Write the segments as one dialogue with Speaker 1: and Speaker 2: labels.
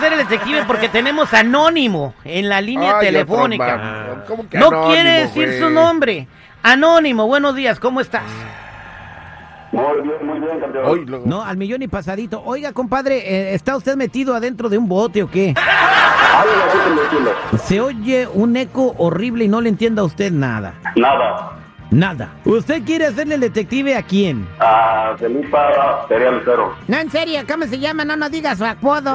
Speaker 1: señores de Kibe porque tenemos Anónimo en la línea
Speaker 2: Ay,
Speaker 1: telefónica.
Speaker 2: otra, ma- ¿cómo que
Speaker 1: No
Speaker 2: anónimo,
Speaker 1: quiere decir
Speaker 2: güey?
Speaker 1: su nombre. Anónimo, buenos días, ¿cómo estás?
Speaker 3: Muy bien, muy bien, campeón.
Speaker 2: Hoy luego-
Speaker 4: No, al millón y pasadito. Oiga, compadre, eh, ¿está usted metido adentro de un bote o qué?
Speaker 3: Algo así por el estilo.
Speaker 4: Se oye un eco horrible y no le entienda a usted nada.
Speaker 3: Nada.
Speaker 4: Nada. ¿Usted quiere hacerle el detective a quién?
Speaker 3: A Felipa sería Lucero.
Speaker 5: No, en serio, ¿cómo se llama? No nos digas su apodo.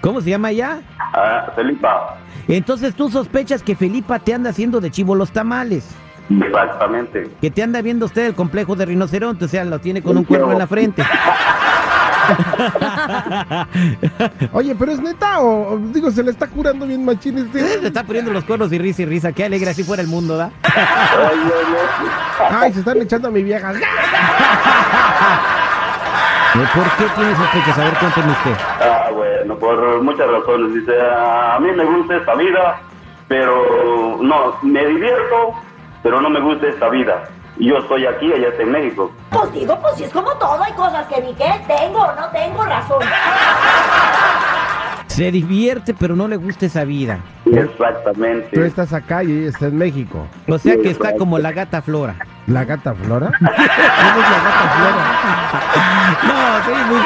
Speaker 4: ¿Cómo se llama ya?
Speaker 3: A Felipa.
Speaker 4: Entonces tú sospechas que Felipa te anda haciendo de chivo los tamales.
Speaker 3: Exactamente.
Speaker 4: Que te anda viendo usted el complejo de rinoceronte, o sea, lo tiene con un cuerno en la frente.
Speaker 2: Oye, pero es neta, o, o digo, se le está curando bien machín
Speaker 4: Le
Speaker 2: este.
Speaker 4: Eh, está poniendo los cuernos y risa y risa. Qué alegre así fuera el mundo, ¿da?
Speaker 3: Ay, ay,
Speaker 2: Ay, se están echando a mi vieja.
Speaker 4: Eh, ¿Por qué tiene sospechas? A ver, cuénteme usted.
Speaker 3: ay. Ah, bueno, por muchas razones. Dice, a mí me gusta esta vida, pero no, me divierto, pero no me gusta esta vida. Yo estoy aquí, ella está en México.
Speaker 6: Pues digo, pues si es como todo, hay cosas que ni que tengo o no tengo razón.
Speaker 4: Se divierte, pero no le gusta esa vida.
Speaker 2: Tú
Speaker 3: Exactamente.
Speaker 2: estás acá y ella está en México.
Speaker 4: O sea que está como la gata flora.
Speaker 2: ¿La gata Flora? ¿Cómo es la gata Flora?
Speaker 4: No,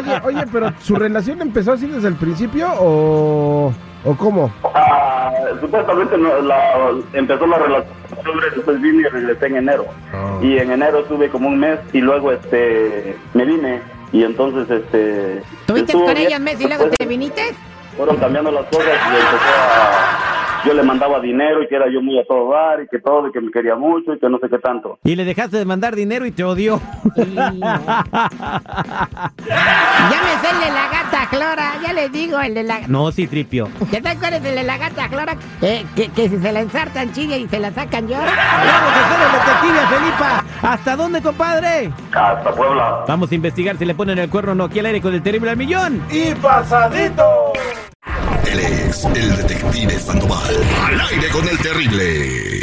Speaker 4: soy muy...
Speaker 2: Oye, oye, pero ¿su relación empezó así desde el principio o, o cómo?
Speaker 3: Ah, supuestamente no- la- empezó la relación en octubre, después vine y regresé en enero. Y en enero estuve como un mes y luego este me vine y entonces este
Speaker 5: ¿Tuviste
Speaker 3: estuvo
Speaker 5: con
Speaker 3: bien.
Speaker 5: ella un mes y luego te viniste?
Speaker 3: fueron cambiando las cosas y empecé a- yo le mandaba dinero y que era yo muy a todo dar y que todo y que me quería mucho y que no sé qué tanto.
Speaker 4: Y le dejaste de mandar dinero y te odió.
Speaker 5: Llámese el de la gata clora, ya les digo, el de la...
Speaker 4: No, sí, tripio.
Speaker 5: ¿Ya te acuerdas del de la gata clora? Eh, que, que si se la ensartan chilla y se la sacan llora.
Speaker 4: Vamos a hacer el detective a Felipa. ¿Hasta dónde, compadre?
Speaker 3: Hasta Puebla.
Speaker 4: Vamos a investigar si le ponen el cuerno o no aquí al aire con el terrible al millón.
Speaker 7: Él es el detective Sandoval. Al aire con el terrible.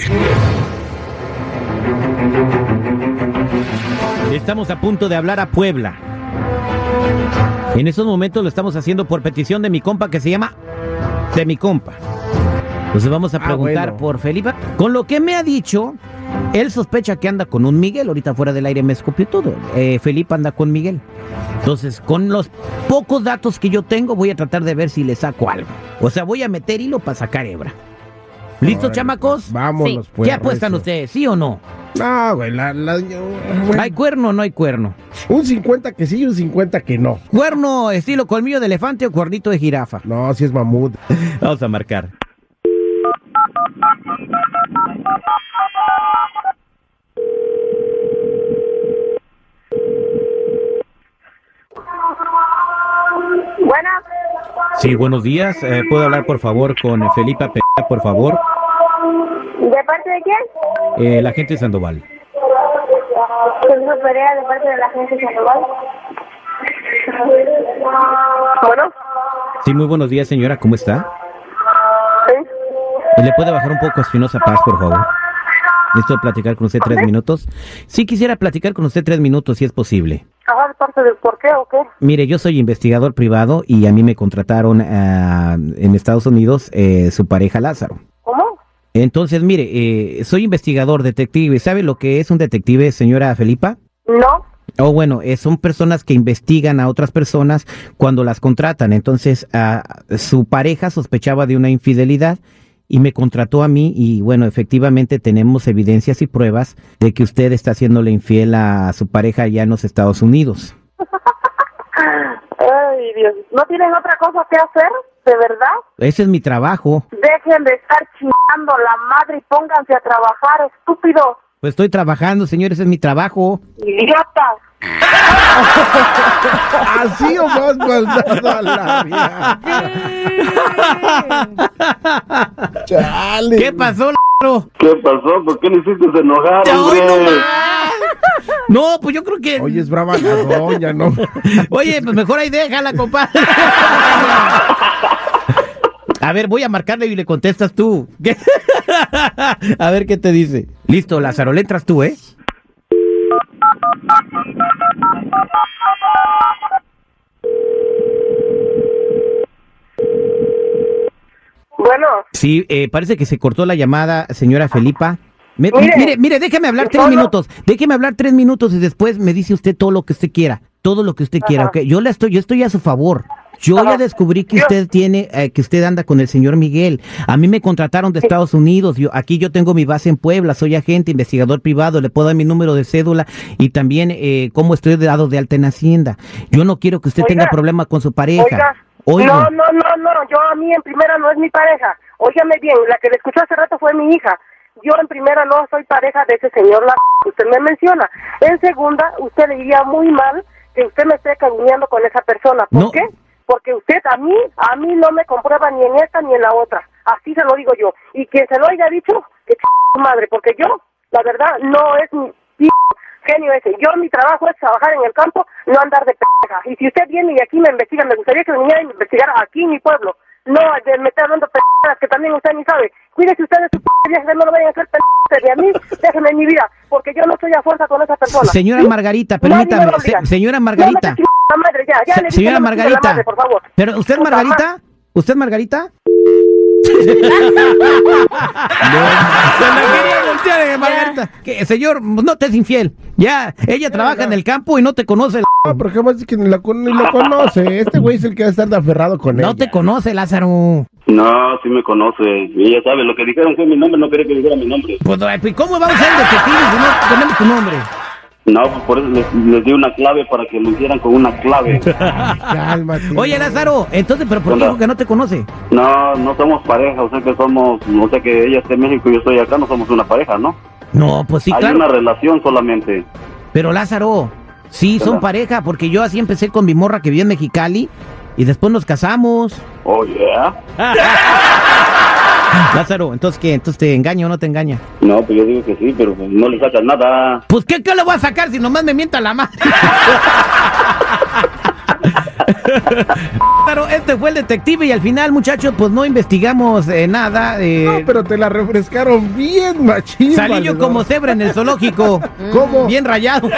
Speaker 4: Estamos a punto de hablar a Puebla. En estos momentos lo estamos haciendo por petición de mi compa que se llama de mi compa. Entonces vamos a
Speaker 2: Ah,
Speaker 4: preguntar
Speaker 2: bueno.
Speaker 4: por Felipa. Con lo que me ha dicho, él sospecha que anda con un Miguel. Ahorita fuera del aire me escupió todo. Eh, Felipa anda con Miguel. Entonces, con los pocos datos que yo tengo, voy a tratar de ver si le saco algo. O sea, voy a meter hilo para sacar hebra. ¿Listos,
Speaker 2: Órale,
Speaker 4: chamacos?
Speaker 2: pues, Vámonos, pues.
Speaker 4: ¿Qué apuestan
Speaker 2: recio.
Speaker 4: ustedes? ¿Sí o no?
Speaker 2: No, güey, la, la- bueno,
Speaker 4: ¿Hay cuerno o no hay cuerno?
Speaker 2: un 50 que sí y un 50 que no.
Speaker 4: ¿Cuerno estilo colmillo de elefante o cuernito de jirafa?
Speaker 2: No, si es mamut.
Speaker 4: Vamos a marcar.
Speaker 6: Bueno,
Speaker 4: Sí, buenos días. Eh, ¿Puedo hablar, por favor, con Felipa P, por favor?
Speaker 6: ¿de parte de quién?
Speaker 4: Eh, la gente de Sandoval.
Speaker 6: Jesús Pereira, Pues de parte de la gente de Sandoval. Bueno,
Speaker 4: Sí, muy buenos días, señora. ¿Cómo está? Eh,
Speaker 6: sí.
Speaker 4: ¿Le puede bajar un poco a Espinosa Paz, por favor? Necesito platicar con usted tres minutos. Sí quisiera platicar con usted tres minutos, si es posible.
Speaker 6: Ajá, ¿de parte del por qué o qué?
Speaker 4: Mire, yo soy investigador privado y a mí me contrataron ah, en Estados Unidos eh, su pareja Lázaro.
Speaker 6: ¿Cómo?
Speaker 4: Entonces, mire, eh, soy investigador, detective. ¿Sabe lo que es un detective, señora Felipa?
Speaker 6: No.
Speaker 4: Oh, bueno, eh, son personas que investigan a otras personas cuando las contratan. Entonces, ah, su pareja sospechaba de una infidelidad y me contrató a mí y bueno, efectivamente tenemos evidencias y pruebas de que usted está haciéndole infiel a su pareja allá en los Estados Unidos.
Speaker 6: Ay, Dios. ¿No tienen otra cosa que hacer? ¿De verdad?
Speaker 4: Ese es mi trabajo.
Speaker 6: Dejen de estar chingando la madre y pónganse a trabajar, estúpidos,
Speaker 4: Pues estoy trabajando, señor, ese es mi trabajo.
Speaker 6: idiotas.
Speaker 2: Así o más maldado a la vida. Chale.
Speaker 4: ¿Qué pasó, l***?
Speaker 3: ¿Qué pasó? ¿Por qué me hiciste enojar,
Speaker 4: ¡Te oí
Speaker 3: hombre?
Speaker 4: nomás! No, pues yo creo que...
Speaker 2: Oye, es brava la doña, ¿no?
Speaker 4: Oye, pues mejor ahí déjala, compadre. A ver, voy a marcarle y le contestas tú. ¿Qué? A ver qué te dice. Listo, Lázaro, le entras tú, ¿eh? Sí, eh, parece que se cortó la llamada, señora Felipa. Me-
Speaker 6: Mire.
Speaker 4: mire, mire, déjeme hablar tres
Speaker 6: Solo-
Speaker 4: minutos. Déjeme hablar tres minutos y después me dice usted todo lo que usted quiera. Todo lo que usted quiera, ¿ok? Yo, la estoy, yo estoy a su favor. Yo ya
Speaker 6: Ajá.
Speaker 4: descubrí que
Speaker 6: Yo-
Speaker 4: usted tiene, eh, que usted anda con el señor Miguel. A mí me contrataron de Estados Unidos. Yo, aquí yo tengo mi base en Puebla. Soy agente, investigador privado. Le puedo dar mi número de cédula y también eh, cómo estoy dado de alta en Hacienda. Yo no quiero que usted
Speaker 6: Oiga.
Speaker 4: tenga problema con su pareja.
Speaker 6: Oiga,
Speaker 4: Oigo.
Speaker 6: no, no, no, no, yo a mí en primera no es mi pareja. Óigame bien, la que le escuchó hace rato fue mi hija. Yo en primera no soy pareja de ese señor la que usted me menciona. En segunda, usted le diría muy mal que usted me esté caminando con esa persona. ¿Por
Speaker 4: No.
Speaker 6: qué? ¿eh? Porque usted a mí, a mí no me comprueba ni en esta ni en la otra. Así se lo digo yo. Y quien se lo haya dicho, que ch- su madre, porque yo, la verdad, no es mi p- genio ese. Yo mi trabajo es trabajar en el campo, no andar de pendeja. Y si usted viene y aquí me investiga, me gustaría que viniera y me investigara aquí en mi pueblo. No, de me está dando pendejadas que también usted ni sabe. Cuídese usted de su p viaje, no lo vayan a hacer pendejadas de a mí, déjeme en mi vida, porque yo no estoy a fuerza con esa persona.
Speaker 4: Señora
Speaker 6: ¿Sí?
Speaker 4: Margarita,
Speaker 6: Nadie me
Speaker 4: permítame.
Speaker 6: va a obligar.
Speaker 4: se- señora
Speaker 6: No me
Speaker 4: Margarita.
Speaker 6: chingue la madre, ya, ya
Speaker 4: Se-
Speaker 6: le dije,
Speaker 4: señora
Speaker 6: no me chingue la
Speaker 4: Margarita.
Speaker 6: madre, por favor.
Speaker 4: Pero usted
Speaker 6: Puta
Speaker 4: Margarita, usted Margarita. Se la quería voltear, eh, Margarita. Que, señor, no te es infiel. Ya, ella trabaja en el campo y no te conoce. la-
Speaker 2: Ah, pero ¿cómo es que ni lo, con- ni lo conoce? Este güey es el que va a estar de aferrado con él.
Speaker 4: No te conoce, Lázaro.
Speaker 3: No, sí me conoce. Ella sabe, lo que dijeron fue mi nombre, no quería que dijera mi nombre.
Speaker 4: Pues, ay, ¿Cómo vamos a ser detectives si no tenemos tu nombre?
Speaker 3: No, pues por eso les, les di una clave para que lo hicieran con una clave.
Speaker 2: Cálmate.
Speaker 4: Oye, Lázaro, entonces, ¿pero por qué
Speaker 3: Hola.
Speaker 4: dijo que no te conoce?
Speaker 3: No, no somos pareja, o sea que somos, o sea que ella está en México y yo estoy acá, no somos una pareja, ¿no?
Speaker 4: No, pues sí,
Speaker 3: Hay
Speaker 4: claro.
Speaker 3: una relación solamente.
Speaker 4: Pero Lázaro, sí, son
Speaker 3: Hola.
Speaker 4: pareja, porque yo así empecé con mi morra que vivía en Mexicali y después nos casamos.
Speaker 3: Oh, yeah. Ah.
Speaker 4: Lázaro, entonces qué, entonces te engaño o no te engaña.
Speaker 3: No, pues yo digo que sí, pero pues no le sacas nada.
Speaker 4: Pues qué, qué le voy a sacar si nomás me mienta la madre. Lázaro, este fue el detective y al final, muchachos, pues no investigamos eh, nada. eh,
Speaker 2: No, pero te la refrescaron bien, machín.
Speaker 4: salí yo
Speaker 2: valedor.
Speaker 4: como cebra en el zoológico.
Speaker 2: ¿Cómo?
Speaker 4: Bien rayado.